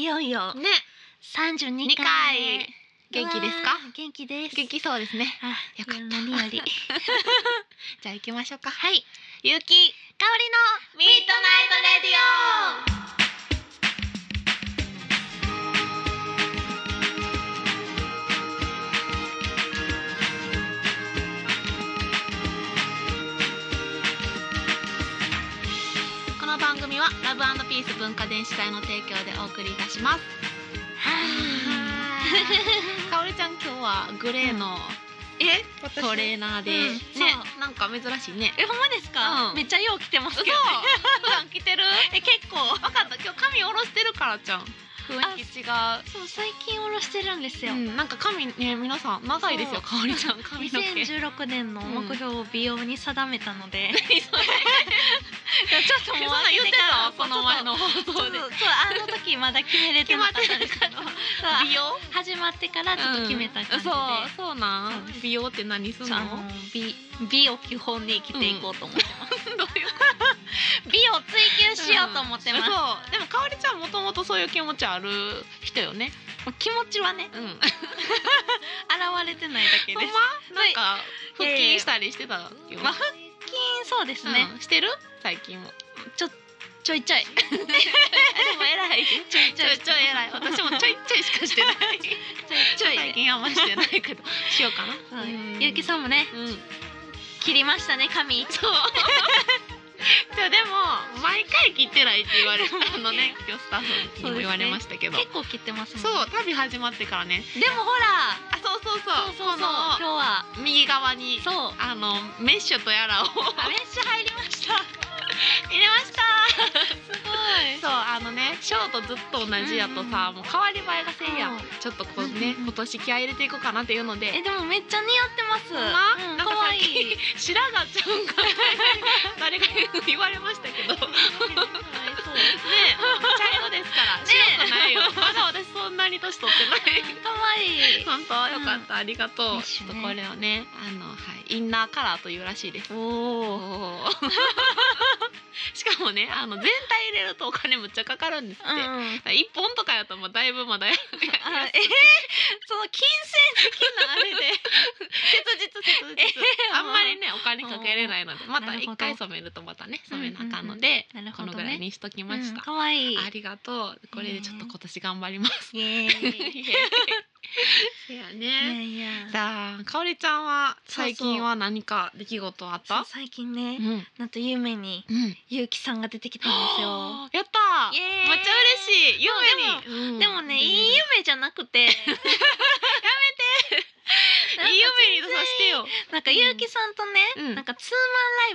よいよね三十二二回回元気ですかうわー元気です元気そうですねあよかった何よりじゃあ行きましょうかはいゆうき香りのミッドナイトレディオこの番組はラブピース文化電子祭の提供でお送りいたしますはかおりちゃん今日はグレーのいえトレーナーで、うんねそなんか珍しいねえほんまですか、うんめっちゃよう来てます嘘け普ど、ね、段着て るえ結構分かった今日髪下ろしてるからちゃん雰囲気違うそう最近おろしてるんですよ、うん、なんか髪ね皆さん長いですよかおりちゃん髪の毛2016年の目標を美容に定めたので、ちょっともうそんなん言ってたわこの前の放そうそう送であの時まだ決めれてなかったんですけど美容そう始まってからちょっと決めた感じで、そうそうなそうですん美容って何すんちょっとのあの美美を基本に生きていこうと思ってます、どういう美を追求しようと思ってます、そうでもかおりちゃんもともとそういう気持ちある人よねもう気持ちはね うん現れてないだけほんですまなんか腹いやい筋やしたりしてたよまあ腹筋そうですね、うんしてる最近 もちょいちょいでも偉いちょいちちょょいいちょい偉い私もちょいちょいしかしてない ちょいちょい最近あんましてないけどしようかな、はいうんゆうきさんもねうん切りましたね髪そういやでも毎回切ってないって言われたのね今日スタッフにも言われましたけど結構切ってますもんそう,、旅始まってからねでもほらあそうそうそうそうそうそうこ今日はの右側にそうあのメッシュとや らをあメッシュ入りました入れました すそうあのねショートずっと同じやとさ、もう変わり映えがせんやんそうちょっとこううんうんね、うん今年気合い入れていこうかなっていうのでえでもめっちゃ似合ってますまうんなんか可さ愛っいき 白髪ちゃんか誰か言われましたけどね え茶色ですからねえ白くないよまだ私そんなに年取ってない可愛い本当よかった、ありがとう、メッちシょュっとねこれをねあの、はい、インナーカラーというらしいですおお しかもねあの全体入れるとお金むっちゃかかるんですって、うんうん一本とかや ともうだいぶまだあえー、その金銭的なあれで切実切実、えー あんまりねお金かけれないのでまなたるほど一回染めるとまたね染めなあかんので、なるこのぐらいにしときました、可愛いいありがとうこれでちょっと今年頑張ります、 イエ ーイせやいやね、いやじゃあかおりちゃんは最近は何か出来事あっそうた最近ね、うんなんと夢にうんゆうきさんが出てきたんですよやったイエーイめっちゃ嬉しいそう夢にでもね、いい夢夢じゃなく てやめていい夢にな出んさかせてよなんかゆうきさんとね、うんなんかツー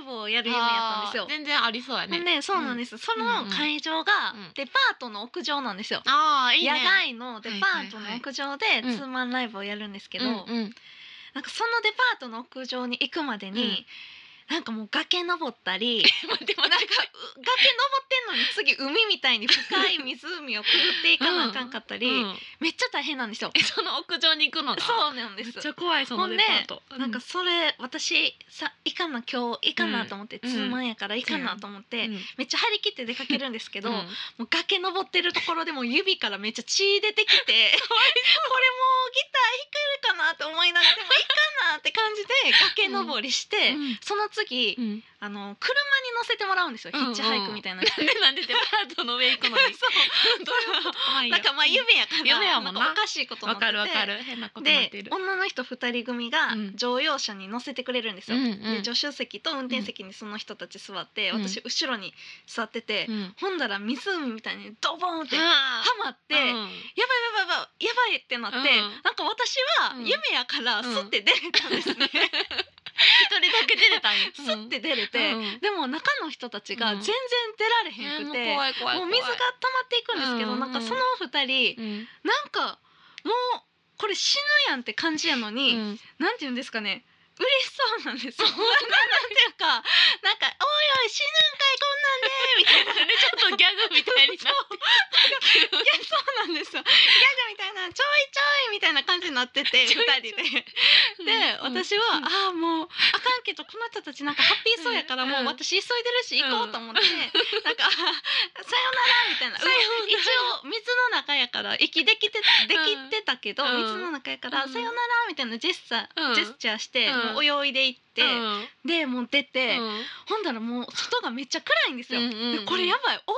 マンライブをやる夢やったんですよあー全然ありそうやねねそうなんです、その会場がうんデパートの屋上なんですよ、ああいいね野外のデパートの屋上でいはいツーマンライブをやるんですけど、うんうんなんかそのデパートの屋上に行くまでに、うんなんかもう崖登ったり待って待ってなんかう 崖登ってんのに次海みたいに深い湖をくぐっていかなあかんかったり、うんめっちゃ大変なんですよ。えその屋上に行くの がそうなんですめっちゃ怖いそのデパートなんかそれ私さ行かな今日行かなと思って、うんツーマンやから行かなと思って、めっちゃ張り切って出かけるんですけど、もう崖登ってるところでもう指からめっちゃ血出 てきてこれもうギター弾けるかなと思いながらでも行かなって感じで崖登りして、その次うんうんあの車に乗せてもらうんですよ、うんうんヒッチハイク みたい な。なんでなんでデパートの上行 くのにそう なんかまあ夢やから夢やもんななんかおかしいことにわなってかてるわかる変なことになってでる女の人二人組がうん乗用車に乗せてくれるんですよ、うんうんで助手席と運転席にその人たち座って、うん私後ろに座ってて、うんほんだら湖みたいにドボンってはあまって、ーやばいやうんばいやばいやばいってなって、うんなんか私はうん夢やからうんスって出れたんですね、一人だけ出れたんや スッて出れて、うんでも中の人たちがうん全然出られへんくて、えーもう怖い怖い怖いもう水が溜まっていくんですけど、うんなんかその二人、うんなんかもうこれ死ぬやんって感じやのに、うんなんて言うんですかね嬉しそうなん ですよなんていうかなんか「おいおい死ぬんかいこんなんで」みたいなちょっとギャグみたいになっていやそうなんですよギャグみたいなちょいちょいみたいな感じになってて二ちょいちょい 人でで、私は、ああもうあかんけどこの人たちなんかハッピーそうやからもう私急いでるし行こうと思って、なんか「さよなら」みたいなさよなら一応水の中やから息できてできてたけど、うん水の中やから「うんさよなら」みたいなジェスチャー、うんジェスチャーして、うんもう泳いで行って、うんでもう出て、うんほんだらもう外がめっちゃ暗いんですよ。うんうんうでんこれやばいオー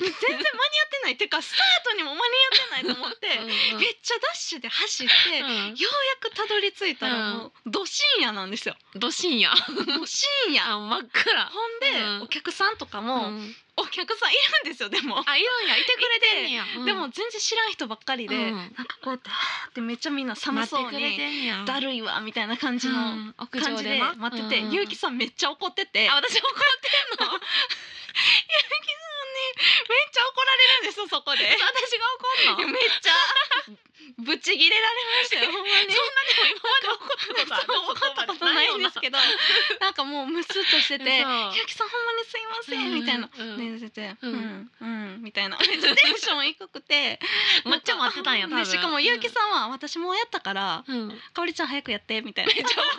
プン全然間に合ってないっていうかスタートにも間に合ってないと思ってうんうんめっちゃダッシュで走って。うよんうやくたどり着いたらもう、ど深夜なんですよ。ど深夜もう深夜。あ真っ暗ほんで、うんお客さんとかも、うんお客さんいるんですよでも。あいるんやいてくれてんねやでも全然知らん人ばっかりで、うんなんかこうやってはーってめっちゃみんなうん寒そう待ってくれにてんねやだるいわみたいな感じうのん屋感上じででな待ってて、うんうんうんゆうきさんめっちゃ怒っててあ私怒ってん のめっちゃ怒られるんですよそこでい私が怒んのやめっちゃぶち切れられました よほんまにそんなにも今まで怒ったことなないいんですけどなんかもうムスっとしてて「ゆうきさんほんまにすいません」みたいな。めね、出て「ううんんうん」みたいなめっちゃテンション低く てっちゃ待ってたんや多で分しかもゆうきさんは「私もうやったからうんうんかおりちゃん早くやって」みたいな「えすいま絶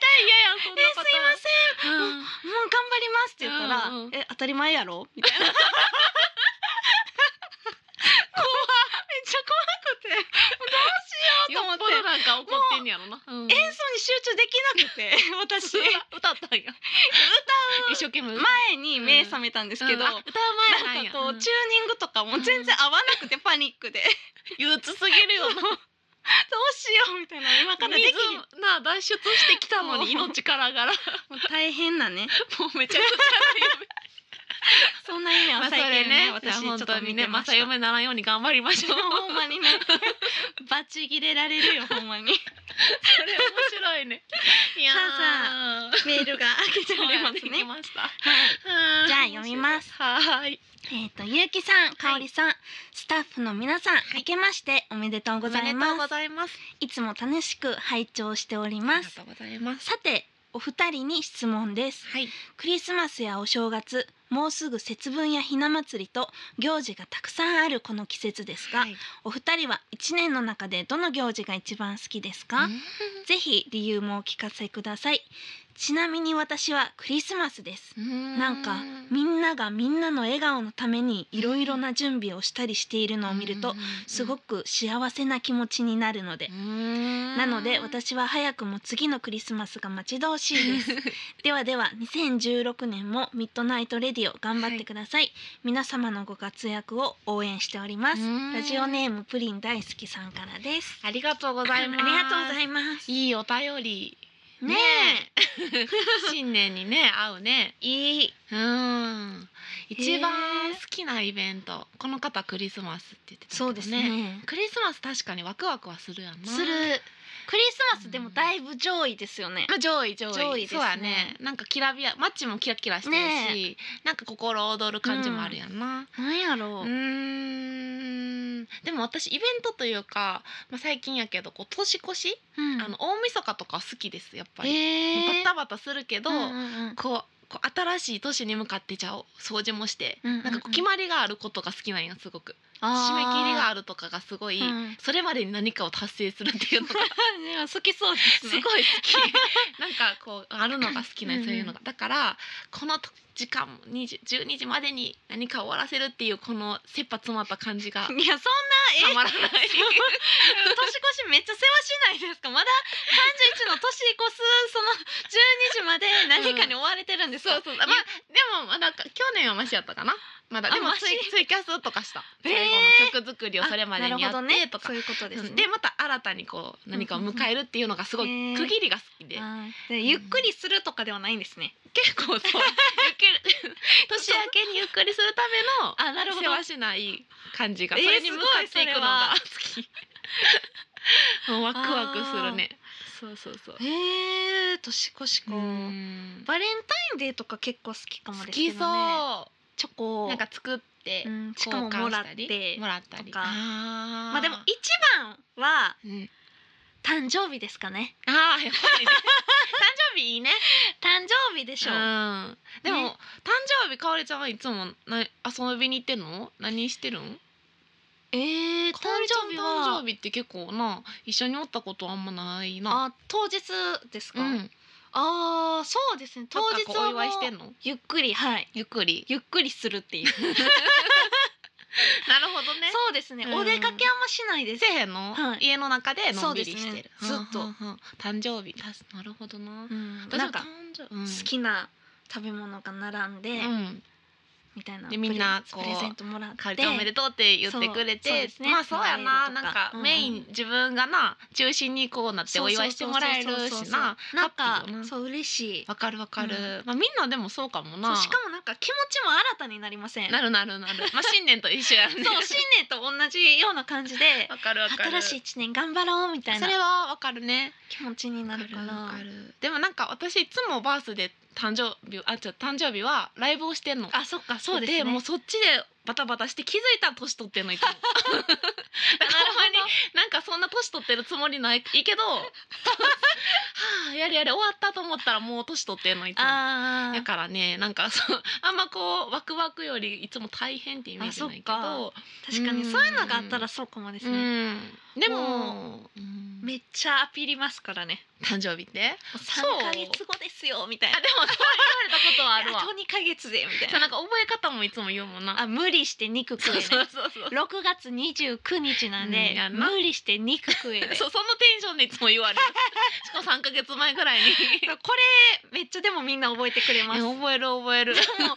対嫌やんそんなことせすいませんんもう頑張ります」って言ったらうんう「んえ当たり前やろ」みたいな怖っめっちゃ怖くてよっぽどなんか怒ってんねやろなうん演奏に集中できなくて 私 歌ったんや歌一生懸命う前に目覚めたんですけど、うんあ歌う前ななんんやかこうチューニングとかも全然合わなくてパニック で憂鬱すぎるよどなうしようみたいな今からできひん水な脱出してきたのに命からがらももう大変なねうめちゃくちゃそんな意味 まはあそ最れ近ねね私ちょっ本と当見てにねまましたさ嫁ならんように頑張りま しょ うほんまにねバチ切れられるよほんまにそれ面白いねいやーメールが開けておりますできねましたはいはーいじゃあ読みますはーいえっ、とゆうきさんかおりさん、スタッフの皆さん、明けましておめでとうございおめでとうまごすざいますいつも楽しく拝聴しておりますありがとうございますさてお二人に質問ですはいクリスマスやお正月もうすぐ節分やひな祭りと行事がたくさんあるこの季節ですが、はいお二人は一年の中でどの行事が一番好きですか、うんぜひ理由もお聞かせくださいちなみに私はクリスマスですなんかみんながみんなの笑顔のためにいろいろな準備をしたりしているのを見るとすごくく幸せな気持ちになるのでななので私は早くも次のクリスマスが待ち遠しいです ではでは2016年もミッドナイトレディオ頑張ってください、皆様のご活躍を応援しておりますラジオネームプリン大好きさんからですありがとうございますありがとうございますいいお便りねえ新年に ね合うねいいうん一番好きなイベントこの方クリスマスって言ってたけどそうですねクリスマス確かにワクワクはするやんなするクリスマスでもだいぶ上位ですよね、まあ上位上位上位ですねそうやねなんかきらびやマッチもキラキラしてるし、なんか心躍る感じもあるやんななんやうろう、ーんでも私イベントというか、まあ、最近やけどこう年越し、うんあの大晦日とか好きですやっぱり、へーバタバタするけど、うんうんうんこうこう新しい年に向かってじゃあ掃除もして、うんうんうんなんかこう決まりがあることが好きなんやすごくあ締ーめ切りがあるとかがすごい、うんそれまでに何かを達成するっていうのがいや好きそう ですすねごい好き なんかこうあるのが好きなうんんうんそういうのがだからこの時間20 12時までに何か終わらせるっていうこの切羽詰まった感じがいや そんなえたまらない年越しめっちゃ世話しないですかまだ31の年越すその12時まで何かに追われてるんですそか、うそうまあでもまあなんか去年はマシやったかなまだあでもマシツイツイキャスとかしたへー最後の曲作りをそれまでにやあなるほどってねとかそういうことですね、でまた新たにこう何かを迎えるっていうのがすごうんうんうんいへー区切りが好きで、あーでゆっくりするとかではないんですね、結 構そうゆっくり年明けにゆっくりするためのあなせわしない感じがえそーれに向かっていくのが好き、 もうワクワクするねそうそうそうへえ年越しか、うんバレンタインデーとか結構好きかも好ですけきどねそうチョコをなんか作ってうん、し交かもも換らっしたりてもらったりとかあーまあでも一番はうん誕生日ですかねあーやっぱりね誕生日いいね誕生日でしょう、 うんでも、ね誕生日かおりちゃんはいつもな遊びに行ってんの何してるんええ誕かおりちゃん生日は誕生日って結構な一緒におったことあんまないなあ当日ですか、うんああそうですね当当日日はおもう祝いしてんのゆっくりはいゆっくりゆっくりするっていう なるほどねそうですね、うんお出かけあんましないですせえへんの、はい家の中でのんびりそしうてでる、すねずっとはんはんはん誕生日たすなるほどな、うん私なもんか誕生好きな食べ物が並んで、うん、うんみたいなでみんなプレこうプレゼントもらってカルチャーおめでとうって言ってくれそうそうてですねまあそうやなもらえるとかなんかうんうんメイン自分がな中心にこうなってお祝いしてもらえるそうそうそうしそうななんハかッピーよなそう嬉しいわかるわかる、うまあみんなでもそうかもそうなしかもなんか気持ちも新たになりませんなるなるなるまあ新年と一緒やねそう新年と同じような感じでわかるわかる新しい一年頑張ろうみたいそなれはわかるね気持ちになるからわかるでもなんか私いつもバースで誕生日あちょ誕生日はライブをしてんのあそっかそうですねもうそっちでバタバタして気づいたら年取ってん のいつも だからほんまになんかそんな年取ってるつもりないいいけど はあやれやれ終わったと思ったらもう年取ってんのいつもあーだからねなんかそうあんまこうワクワクよりいつも大変っていうイメージないけあそど確かにうんそういうのがあったらそうかもですね、うんでももうんめっちゃアピりますからね誕生日って三そうヶ月後ですよみたいあなでもそう言われたことはあるわあと二ヶ月でみたいそなうなんか覚え方もいつも言うもんなあ無理して肉食えそうねそうそうそう6月29日なんうんで、やんな無理して肉食えで そうそのテンションでいつも言われるしかも3か月前ぐらいにこれめっちゃでもみんな覚えてくれます。でも覚える覚 える肝心の6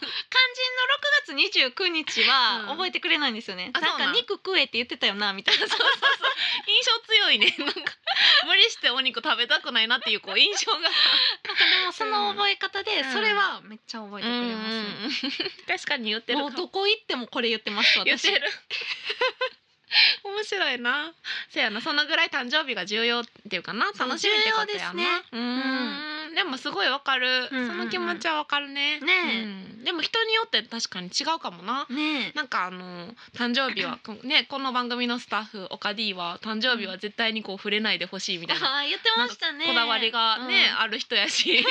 月29日うはん覚えてくれないんですよね。あそうななんんか肉食えって言ってたよなみたいな。そうそうそう印象強いねなんか無理してお肉食べたくないなっていうこう印象でがもその覚え方でうんそれはめっちゃ覚えてくれますね。確かに言ってるもうどこ行ってもこれ言ってます言っ私。てる 面白いなせやなそのぐらい誕生日が重要っていうかなそう楽しみってことやな重要ですねうーんでもすごいわかる、うんうんうんその気持ちはわかるねねえうんでも人によって確かに違うかもなねえ。なんかあの誕生 日はこねこの番組のスタッフオカディは誕生日は絶対にこう触れないでほしいみたいなあー言ってましたね。こだわりがね、うんある人や し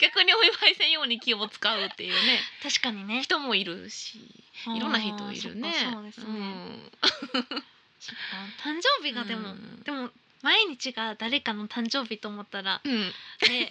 逆にお祝いせんように気を使うっていうね確かにね。人もいるしいろんな人いるねあーそっかそうですね。うんそっか誕生日がでも、うんでも毎日が誰かの誕生日と思ったらうん、 ね。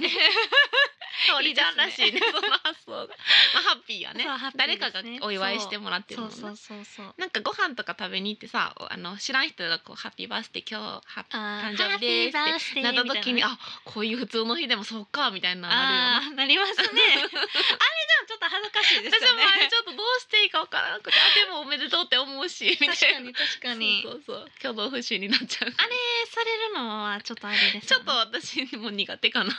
香りちゃんらしいねその発想が、まあ、ハッピーやねそうハッピー誰ですかねがお祝いしてもらってるそもんうねそうそうそう。 なんかご飯とか食べに行ってさあの知らん人がこう「ハッピーバースデー今日ハッピ誕ー誕生日ですってってなった時にああこういう普通の日でもそうかみたいななあるよなーなりますね あれでもちょっと恥ずかしいで私すよもあれねちょっとどうしていいかわからなくてあでもおめでとうって思うしみたいな確かに確かにそうそうそう挙動不審になっちゃうあれされるのはちょっとあれですちょよねっと私も苦 手かな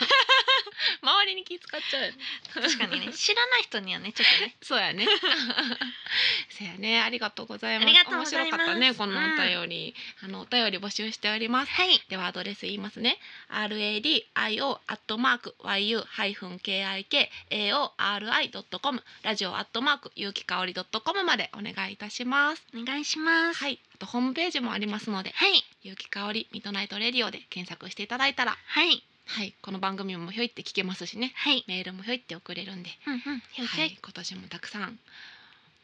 周りに気使っちゃうよね確かにね知らない人にはねちょっとね そうやねそうやねありがとうございまあすりがとうございます面白かったねこのお便り、あのお便り募集しております はいではアドレス言いますね。radio アットマーク yu ハイフン kik aori ドットコムラジオアットマーク有機香りドットコムまでお願いいたします。お願いしますはい。あとホームページもありますので、はい有機香りミッドナイトレディオで検索していただいたら、はいはい、この番組もひょいって聞けますしね。はいメールもひょいって送れるんで、うんうんひょいひはょいい、今年もたくさん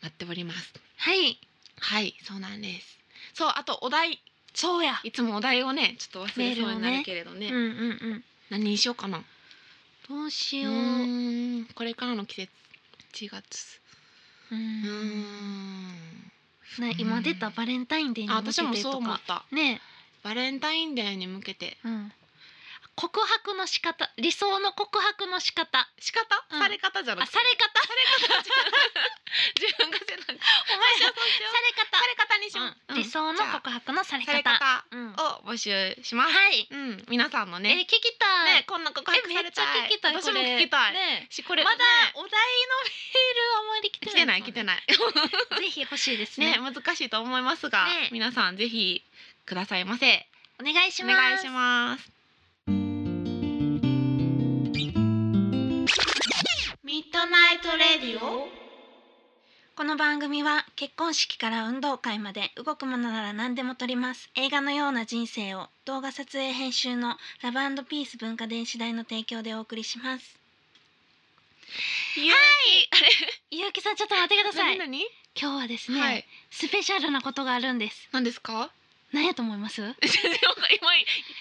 待っております。はいはい、そうなんです。そう、あとお題、そうやいつもお題をね、ちょっと忘れそうになるけれどうねんうんうん何にしようかな。どうしうようーんこれからの季節1月ううんんね今出たバレンタインデーにあ向けて私とかもそう思ったねバレンタインデーに向けてうん告白の仕方理想の告白の仕方仕方、うんされ方じゃなあくてされ方自分が せなんお前かそうしようされ方にしされま方、う、理想の告白のされじゃあさ方れ方うん、はを募集します、い、うん皆さんのえーね聞きたい、ねこんな告白えさめれっちゃた聞いきたい私こもれ聞きたい、ねしこれまだねお題のメールあまり来て来てなないいです来よてないね ぜひ欲しいですねね難しいと思いますが、ね皆さんぜひくださいませお願いしおます願いしますミッドナイトレディオこの番組は結婚式から運動会まで動くものなら何でも撮ります映画のような人生を動画撮影編集のラブピース文化電子台の提供でお送りしますゆうき ゆうきさんちょっと待ってくだあされい。何今日はです々ね、はいスペシャルなことがあるんです。何で すか何やと思います？全然わかん今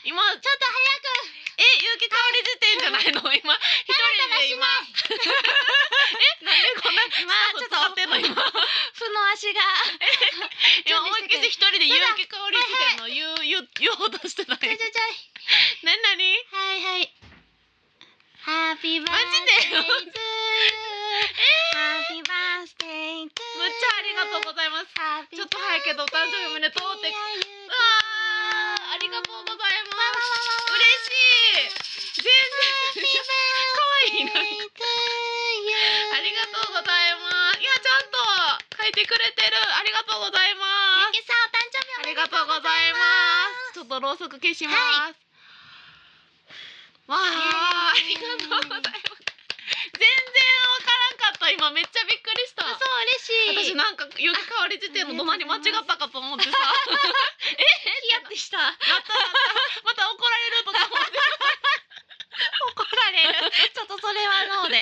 今ちょっと早くえゆうきかおり辞典じゃないの今一人で 今なんでこんな今スタッフ使ってんの今負の足が。今思いっきり一人で「ゆうきかおり」っての言う言う言おうとしてない。ちょい何ちょいち何？ょい。はいはい。ハッピーバースデーマジでハッピーバースデートむっちゃありがとうございます。ちょっと早いけどお誕生日おめでとう って。うわーありがとうございます。嬉しい。全然可愛 いなんか。ありがとうございます。いやちゃんと書いてくれてる。ありがとうございます。ゆきさんお誕生あ日おめりでがとうございます。ちょっとろうそく消します。わあ、あイエりーイがとうございます。全然わからんかった。今めっちゃびっくりした。そう嬉しい私なんか雪香り時点の隣間違ったかと思 ってさ、なっヒヤってしたたなったまた怒られるとか思って。怒られる ちょっとそれは ノーで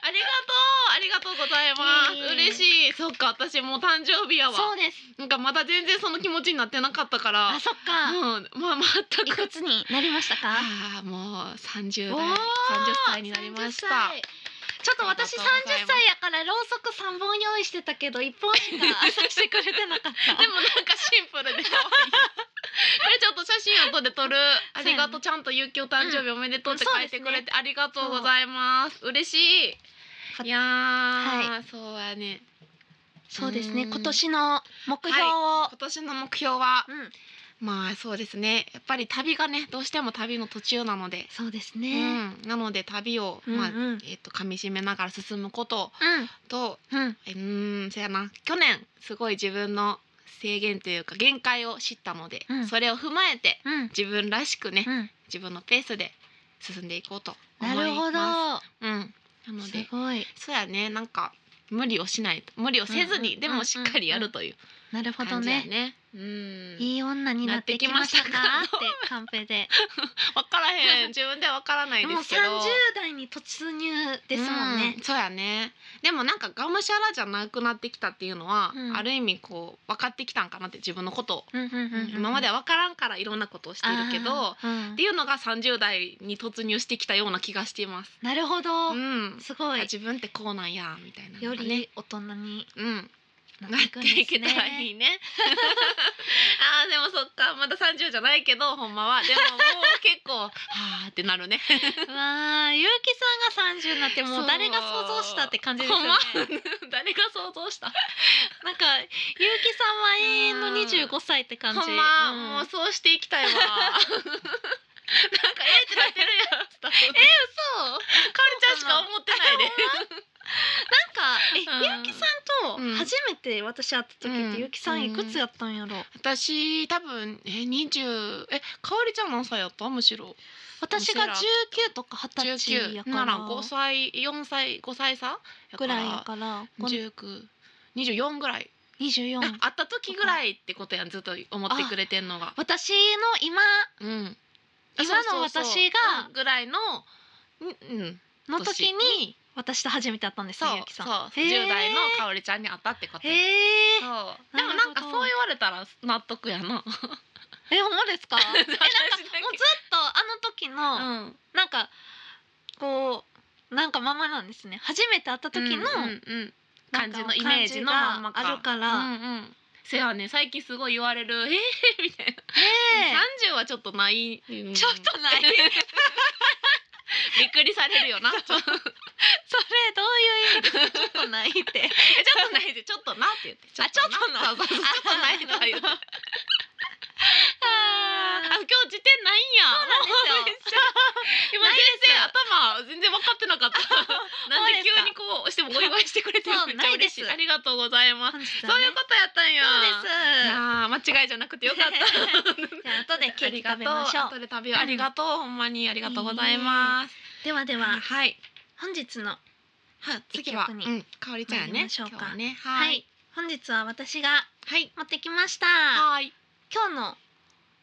ありがとう、ありがとうございます。いえいえ嬉しい。そっか、私もう誕生日やわ。うですなんかまだ全然その気持ちになってなかったから。あそっかうん、まあ全いく。くつになりましたかああもう三十代おー三十歳になりました。 30歳ちょっと私30ありがとうございます歳やからろうそく3本用意してたけど1本しかさせてくれてなかったでもなんかシンプルで可愛い。これちょっと写真後で撮る。ありがとうちゃんとゆきお誕生日おめでとうって書いてくれて、ありがとうございます。嬉しそうい。いやー、そうやね。そうですねうん今年の目標を、今年の目標はうんまあそうですね。やっぱり旅がねどうしても旅の途中なので。そうですねうん、なので旅を、うんうんまあえっ、と噛み締めながら進むこととうんうんうーんそやな去年すごい自分の制限というか限界を知ったので、うんそれを踏まえてうん自分らしくね、うん自分のペースで進んでいこうと思ないます。るほどうん、なのすでごいそうやねなんか無理をしない無理をせずうに、んうんでもしっかりやるというなるほど感じやねね。うんいい女になってきましたかなっっててきカンペで分からへん自分では分からないでもうすけど。 30代に突入ですもんねう、そうやねでもなんかがむしゃらじゃなくなってきたっていうのは、うんある意味こう分かってきたんかなって自分のことをうんうんうんうん今までは分からんからいろんなことをしてるけどっあーうんていうのが30代に突入してきたような気がしています。なるほど、うん、すごあい自分ってこうなんやみたいなよのがね、り大人にうん、ななっていくっんてでいけすたらねいいね。 あーでもそっかまだ30じゃないけどほんまはでももう結構はーってなるね。わあ、ゆうきさんが30になってもう誰が想像したって感じですよねほんま誰が想像したなんかゆうきさんは永遠の25歳って感じほんま、もうんうそうしていきたいわ。なんかえってなってるやん。スタッフ え嘘カルちゃんしか思ってないで。な んかえ、うんゆうきさんとうん初めて私会った時って、うんゆうきさんいくつやったんやろ、私多分え二十えかおりちゃん何歳やったむしろ私がうち19とか20十歳九やかならら五歳四歳五歳差ぐらいやから十九二十四ぐらい、 24あ会った時ぐらいってことやんずっと思ってくれてんのが私の今うん今の私がうんぐらいのうんうんの時に私と初めて会ったんですそねうゆうきそさうん10代のかおりちゃんに会ったってことへやえそうなるでほどもなんかそう言われたら納得 やな。えほんまですかえなんかもうずっ私とあの時だけの、なんかこうなんかままなんですね初めて会った時の、うんうんうんなん感かじのイメージのまんま感じがあるから、うんうん。せやね最近すごい言われるえー、みたいえな。三十はちょっとない。うんえちょっとないそれどういうびっくりされるよ な。ちょっ意と味ですかちょっとないってえ ちょっとないでちょっとなって言って。あちょっとなそうそうそうちょっとないとは 言って。あーあ今日辞典ないそうなんんや。ですよすよ。 今ない全です然頭全然分かってなかった。なんで急にこうしてもお祝いしてくれてるそうめっちゃ嬉しい。なあいりがとうございます。本日そうはねいうことやったんや。そうですいやー間違いじゃなくてよか った。じゃあ後でケーキ食べましょあうりがと後で食べよう。ありがとう。ほんまにありがとうございます。ではででははい。本日のはい、次は、一う曲にん、かおりちゃんや参りね。ましょうか今日はね、ははいい。本日は私がはい。持ってきましたはい。今日の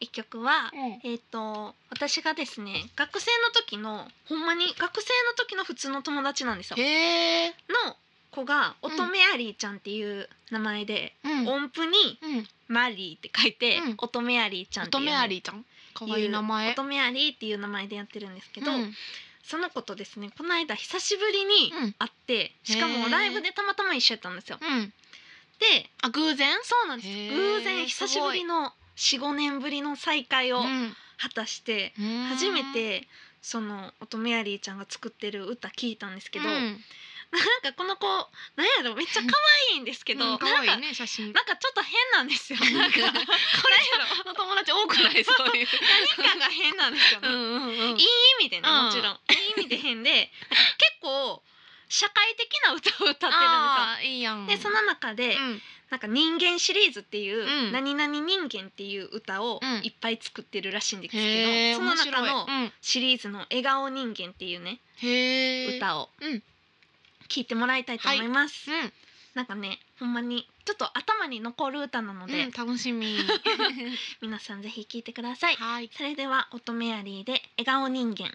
一曲はうんえっ、と私がですね学生の時のほんまに学生の時の普通の友達なんですよへえ、の子が乙女アリーちゃんっていう名前で、うん音符にうん、マリーって書いて、うん乙女アリーちゃんって乙いう女アリーちゃんかわいい名前乙女アリーっていう名前でやってるんですけど、うんその子とですねこの間久しぶりにうん会って、しかへもーライブでたまたま一緒やったんですよ。うん、であ偶然そうなんですへー偶然久しぶりの45年ぶりの再会をうん果たして、初めてその乙女アリーちゃんが作ってる歌聞いたんですけど、うんなんかこの子なんやろめっちゃ可愛いんですけど、うん可愛いね写真なんかなんかちょっと変なんです よ。なんかなんやろの友達多く ないそういう何かが変なんですよね。んうんうんいい意味でねうんもちろん、いい意味で変で結構社会的な歌を歌ってるんあーいいやんですよ。でその中で、うんなんか人間シリーズっていう、うん何々人間っていう歌をうんいっぱい作ってるらしいんですへけえど、その中面の白いうんシリーズの笑顔人間っていうね、へえ歌をうん聞いてもらいたいと思います、うんなんかねほんまにちょっと頭に残る歌なので、うん楽し み皆さんぜひ聞いてくださいはいそれでは乙女アリーで笑顔人間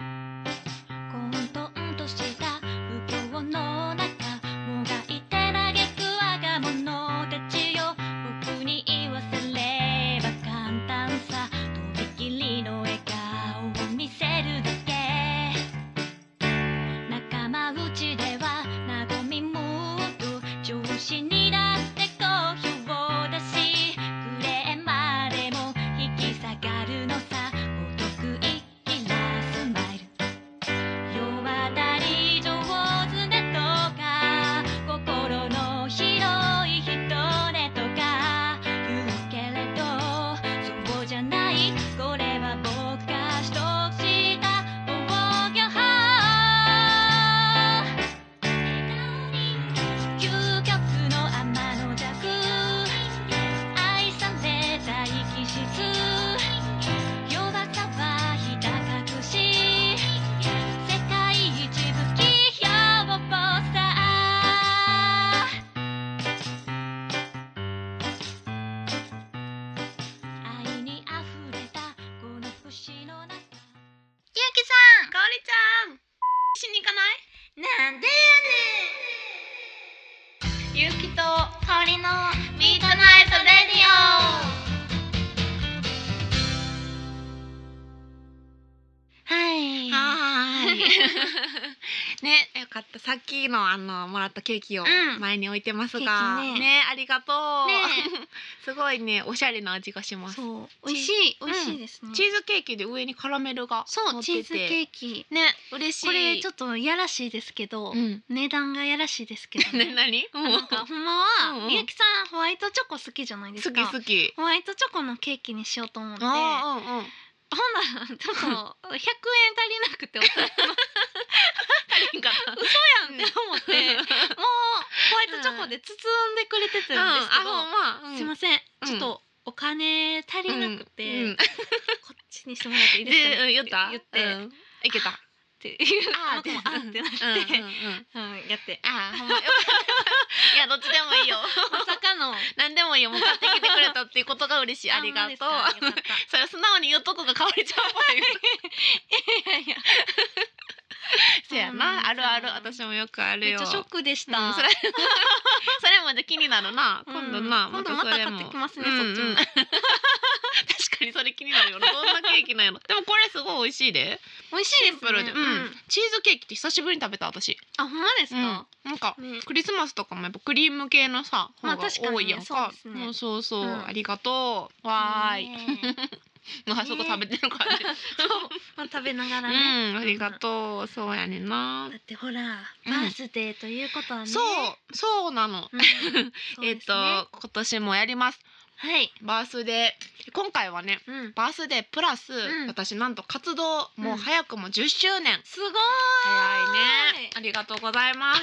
混沌とした不況の中もがいて嘆く我が物たちよ僕に言わせれば簡単さとびきりの笑顔を見せるだけ仲間内では和みムード上司にだって好評を出しクレーマーでも引き下がるのさお得意気なスマイル世渡り上手ねとか心の広い人ねとか言うけれどそうじゃないこれは僕が取得した防御法究極の天の弱愛されたい気質弱さはひた隠し世界一不器用さ愛にあふれたこの節の中ゆうきさんかおりちゃんしに行かないなんでやねんゆうきとかおりのミートナイトレディオははーいい ねよかったさっきのあのもらったケーキをうん前に置いてますが、ケーキねねありがとう、ね すごいねおしゃれな味がしますそう美チー味しいん美味しいですねチーズケーキで上にカラメルがそ乗うっチててーズケーキね嬉しいこれちょっっとやらしいですけどとうん、値段がやらしいですけど ねね何なんかほんまはうんうんゆうきさんホワイトチョコ好きじゃないです好かき好きホワイトチョコのケーキにしようと思ってほんならあーうんうんちょっと100円足りなくてお金足りんかったやんって思 って もうホワイトチョコで包んでくれてうたんんですけあど、ほんま、うん、すいませんうんちょっとお金足りなくて、うんうんこっちにしてもらっていいですか、で、うん、ね、言った言って、うっん、いけたていうああでもあってなって、うんうんうん、うんやってあーほんまよか ったいやどっちでもいいよまさか の何でもいいよもう買ってきてくれたっていうことが嬉しいありがとうあほんまですかよかっ それ素直に言うとこがかわりちゃうもんねたいやいや せやうんなあるある私もよくあるめっよちゃショックでした、うんそれ それもじゃ気になるなうん今度な、今度それまた買もってきますねうんそっちも うん確かにそれ気になるよなどんなケーキなんやろでもこれすごい美味しいで美味しいシでンすプルねで、うん、チーズケーキって久しぶりに食べた私あほんまですうんか、なんかねクリスマスとかもやっぱクリーム系のさまあ方が多いやん確かにね。そうかですねんそうそうう、んありがとう。わーい。ねえまあそこ食べてるからね。まあ食べながらね、うん、ありがとう。そうやねんなだ。ってほら、うんバースデーということはねそう、そうなの。うん そうですねえっと今年もやります。はい、バースデー。今回はね。うん、バースデープラス、ん私なんと活動もうんう早くも10周年、すごい早いねはいありがとうございます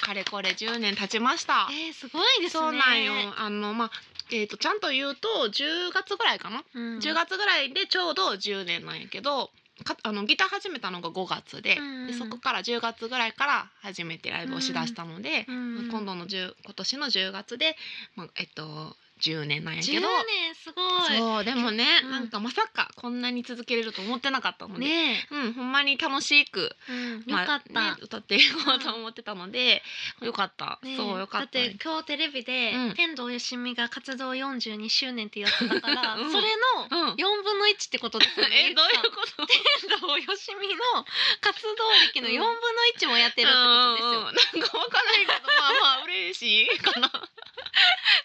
かれこれ10年経ちましたえー、すごいですねそうなんよ。あのまあえー、とちゃんと言うと10月ぐらいかな、うん10月ぐらいでちょうど10年なんやけどかあのギター始めたのが5月で,、うんでそこから10月ぐらいから初めてライブをしだしたので、うん今度の10今年の10月で、まあ、えっと10年なんや10けど。年すごそうでもね、うんなんかまさかこんなに続けれると思ってなかったのいで、ねうん、ほんまに楽しく、え、うんよまあかった、ね歌っていこうと思ってたので、よかった、ねえそうよかっただって今日テレビで、うん、天童よしみが活動42周年ってやってたから うんそれうのん、 4分の1ってことですよね えどういうこと天童よしみの活動歴のうん4分の1もやってるってことですよ、うんなんかわかんないけど、まあまあ嬉しいかな。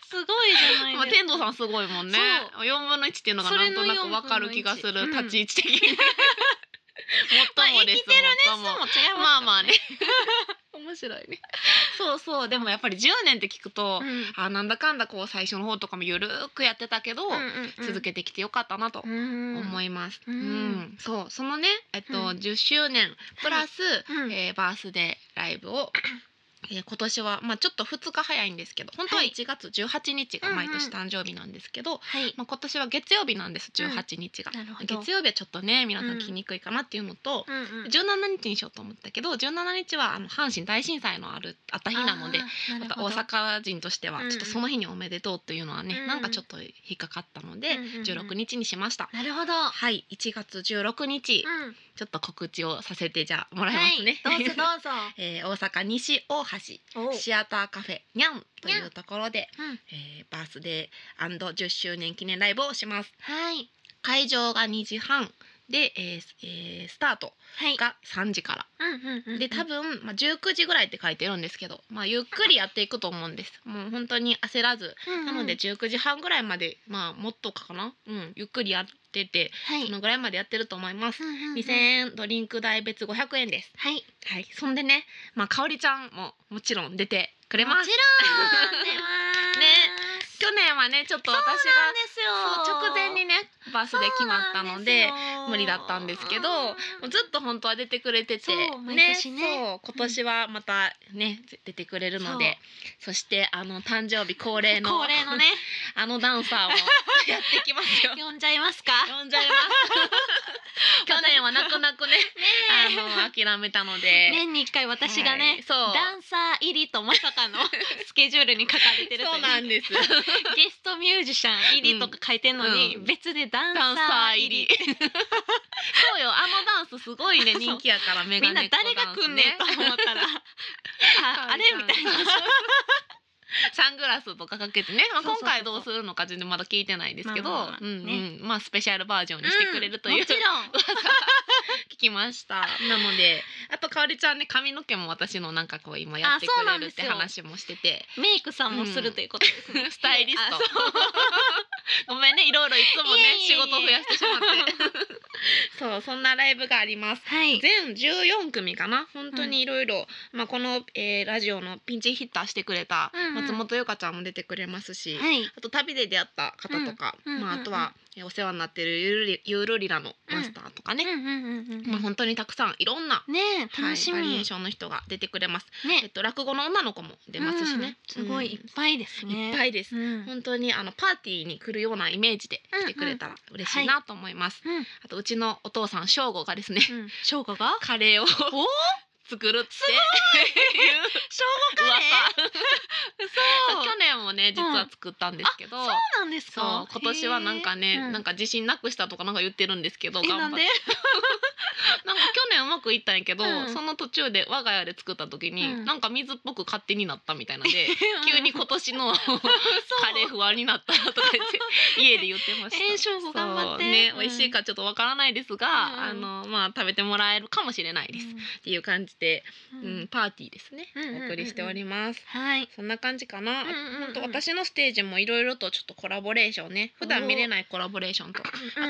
すごいじゃないまあですか、天童さんすごいもんね。四分の一っていうのがなんとなくわかる気がすそれのる4分の一立ち位置的に。 まあ最も生ですき。てる年数も最違いもますからねま あまあね。面白いね。そうそうでもやっぱり10年って聞くと、うんあなんだかんだこう最初の方とかもゆるーくやってたけど、うんうんうん続けてきてよかったなとうん思います。ううんん、そう、そのね、えっと、うん10周年プラス、うんえーバースデーライブを。えー今年は、まあ、ちょっと2日早いんですけど本当ははい1月18日が毎年誕生日なんですけど、はいまあ、今年は月曜日なんですうん18日が、なるほど月曜日はちょっとね皆さうんん来にくいかなっていうのと、うんうん17日にしようと思ったけど17日はあの阪神大震災のあるあった日なのであーまなるたほ大ど阪人としてはうんちょっとその日におめでとうというのはね、うんなんかちょっと引っかかったのうで、んうんうん16日にしました。なるほど、はい、1月16日、うんちょっと告知をさせてじゃあもらいまはすねい。どうぞどうぞえー大阪西大橋 おシアターカフェにゃんといにゃうんところで、うんえーバースデー &10 周年記念ライブをします。はい会場が2時半で、えーえースタートはいが3時から。うんうんうんうんで多分、まあ、19時ぐらいって書いてるんですけど、まあ、ゆっくりやっていくと思うんです。もう本当に焦らずうんうんなので19時半ぐらいまで、まあ、もっとかな、うん、ゆっくりやっててはいそのぐらいまでやってると思います。うんうんうん2000円ドリンク代別500円です。はいはい、そんでね、まあ、かおりちゃんももちろん出てくれまもすち。ろん出ます。 去年はね、ちょっとそう私ながんですよ。そう直前にね、バースで決まったのでそう。なんすよ無理だったんですけどうんもうずっと本当は出てくれててそう毎年ねそう今年はまたね、出てくれるのでそしてあの誕生日恒例の恒例 のねあのダンサーを やってきますよ 呼んじゃいますか。呼んじゃいます。 去年は泣く泣 くね、あの諦めたので、年に一回私がはいね、そうダンサー入りとまさか のスケジュールに書かれてるとそういなうん です。ゲストミュージシャン入りとか書いてんのに、うん別でダンダンササーー入入りり。。 そうよ、あのダンスすごいね、人気やから、メみガんなネっ子誰ダがン来スんねねんと思った らああれみたいな。そうそうそう サングラスとかかけてね、まあ、そうそう今そう回どうするのか全然まだ聞いてないですけど、まあまあうまあんねうん、まあスペシャルバージョンにしてくれるという、んもちろ ん。聞きました。なので、あとかおりちゃんね髪の毛も私のなんかこう今やってあそうなくんれでるっすてよ話もしてて、メイクさんもするということです ね。スタイリストあ。そうごめんね、いろいろいつもねいえいえいえ仕事を増やしてしまって。 そう、そんなライブがあります。はい。全14組かな本当にいろいろまあこの、えーラジオのピンチヒッターしてくれたうんうん松本優香ちゃんも出てくれますし、はい。あと旅で出会った方とか、うんうんまあ、うんあとはえお世話になってるゆるりゆるりらのマスターとかね、うんうんうんうんまあ、本当にたくさんいろんな、ねえは楽いしバリエみー。ションの人が出てくれます、えっね。と、落語の女の子も出ますしね、うんすごいいっぱいですうんいね。っぱいです、うん。本当にあのパーティーに来るようなイメージで来てくれたら嬉しいなと思います、うん。あとうちのお父さん翔吾が ですね、うん。翔吾が。カレーを作るって翔噂カレそう去年もね実は作ったんですけど、そうなんですそうか。今年はなんかね、なんか。か自信なくしたとかなんか言ってるんですけどえ、なんっでて。なんか去年うまくいったんやけど、うんその途中で我が家で作った時に、うんなんか水っぽく勝手になったみたいな んで急に今年のカレーー。不安になったとか言って家で言ってまし た。えー、翔吾頑張っそて。うね、美味しいかちょっとわからないですが、うんあのまあ食べてもらえるかもしれないうん。です、っていう感じで、ううんんパーティーですね、うんうんうんうんお送りしております。はい。そんな感じかな。本本当私のステージもいろいろとちょっとコラボレーションね普段見れないコラボレーションと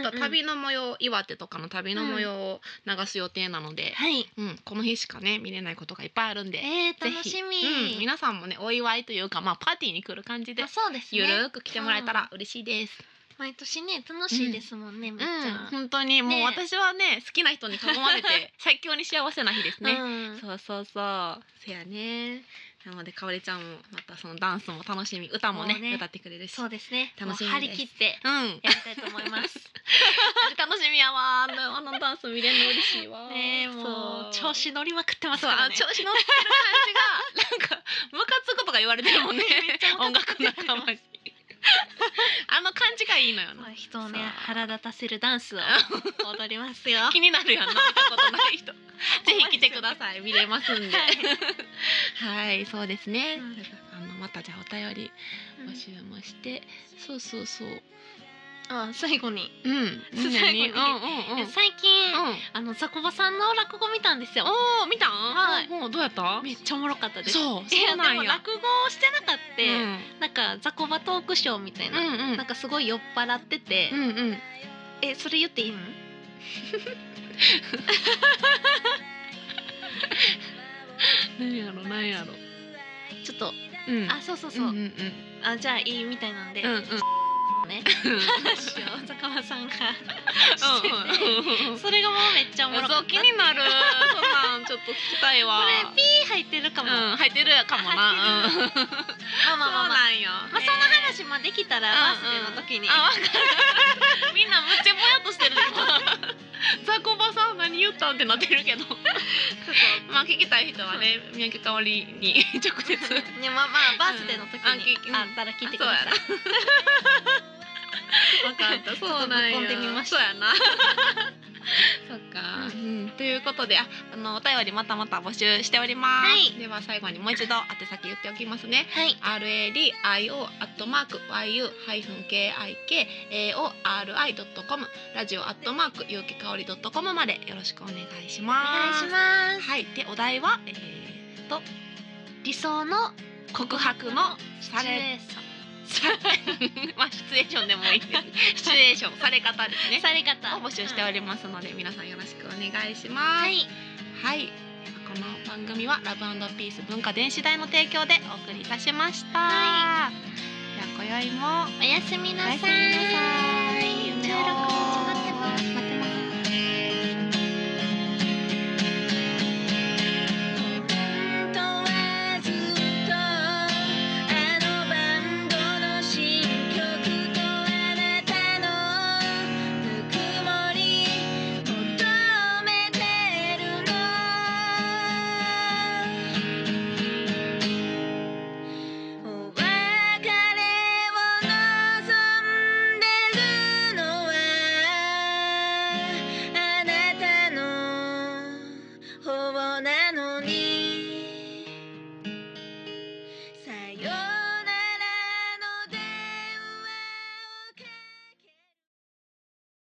あと旅の模様岩手とかの旅の模様を流す予定なので、はい。うんこの日しかね見れないことがいっぱいあるんで、えー、ぜひ楽しうん、み。皆さんもねお祝いというかまあパーティーに来る感じであそうですね。ゆるーく来てもらえたら嬉しいです。毎年ね楽しいですもんね、めっちゃ、本当にもうね私はね好きな人に囲ま れて最強に幸せな日ですね、うんそうそうそうせやねなのでかおりちゃんもまたそのダンスも楽しみ歌もねもうね歌ってくれるしそうですね楽しみですもう張り切ってうんやりたいと思い ます楽しみやわあのあのダンス見れるの嬉しいわねえもうそ調子乗りまくってますそうかあらのね調子乗ってる感じがなんかムカつくとか言われてる もんねめっちゃ音ムカつ楽くって仲間に あの感じがいいのよ まなあ人をねそう腹立たせるダンスを踊ります よ気になるやんな見たことない人ぜひ来てください見れますんではいはい、そうですね、うんあのまたじゃあお便り募集もして、そうそうそうあ最後に、うんそう最後にうんうんうんうん最近、あのザコバさんの落語見たんですよおー見たんはいもうどうやっためっちゃおもろかったですそういそうやなでんもや落語してなかっうた、んなんかザコバトークショーみたいな、うんうんなんかすごい酔っ払ってて、うんうんえそれ言っていいの何やろ何やろちょっと、うんあそうそうそう、うんうんあじゃあいいみたいなんで、うんうんねうんうん話をザコバさんがしてて、うんうんそれがもうめっちゃおもろかったそう気になるそんなんちょっと聞きたいわこれピー入ってるかうも、まあん入ってるかもなあうんまあまあまあんやまあ、その話もできたらバースデーの時に、あ、わかる。みんなむっちゃぼやっとしてる。ザコバさん何言ったんってなってるけど。 まあ聞きたい人はね、三宅かおりに直接。ねまあまあバースデーの時に、うんあ聞きうんあったら聞いてください。わかった。そうなんや。 ちょっとぶっ込んでみましたそうやな。 そっか、うん、ということでああのお便りまたまた募集しております、はいでは最後にもう一度宛先言っておきますねはい、 radio アットマーク yu ハイフン k i k a o r i ドットコムラジオアットマーク有機香りドットコムまでよろしくお願いしお願まいす。します。はい、でお題は、えー、理想の告白もされ まあシチュエーションでもいいです。シチュエーションされ方ですね。され方を募集しておりますので皆さんよろしくお願いします。はい、はい。ではこの番組はラブピース文化電子代の提供でお送りいたしました。はでは今宵も。おやすみなさおやすみなさい。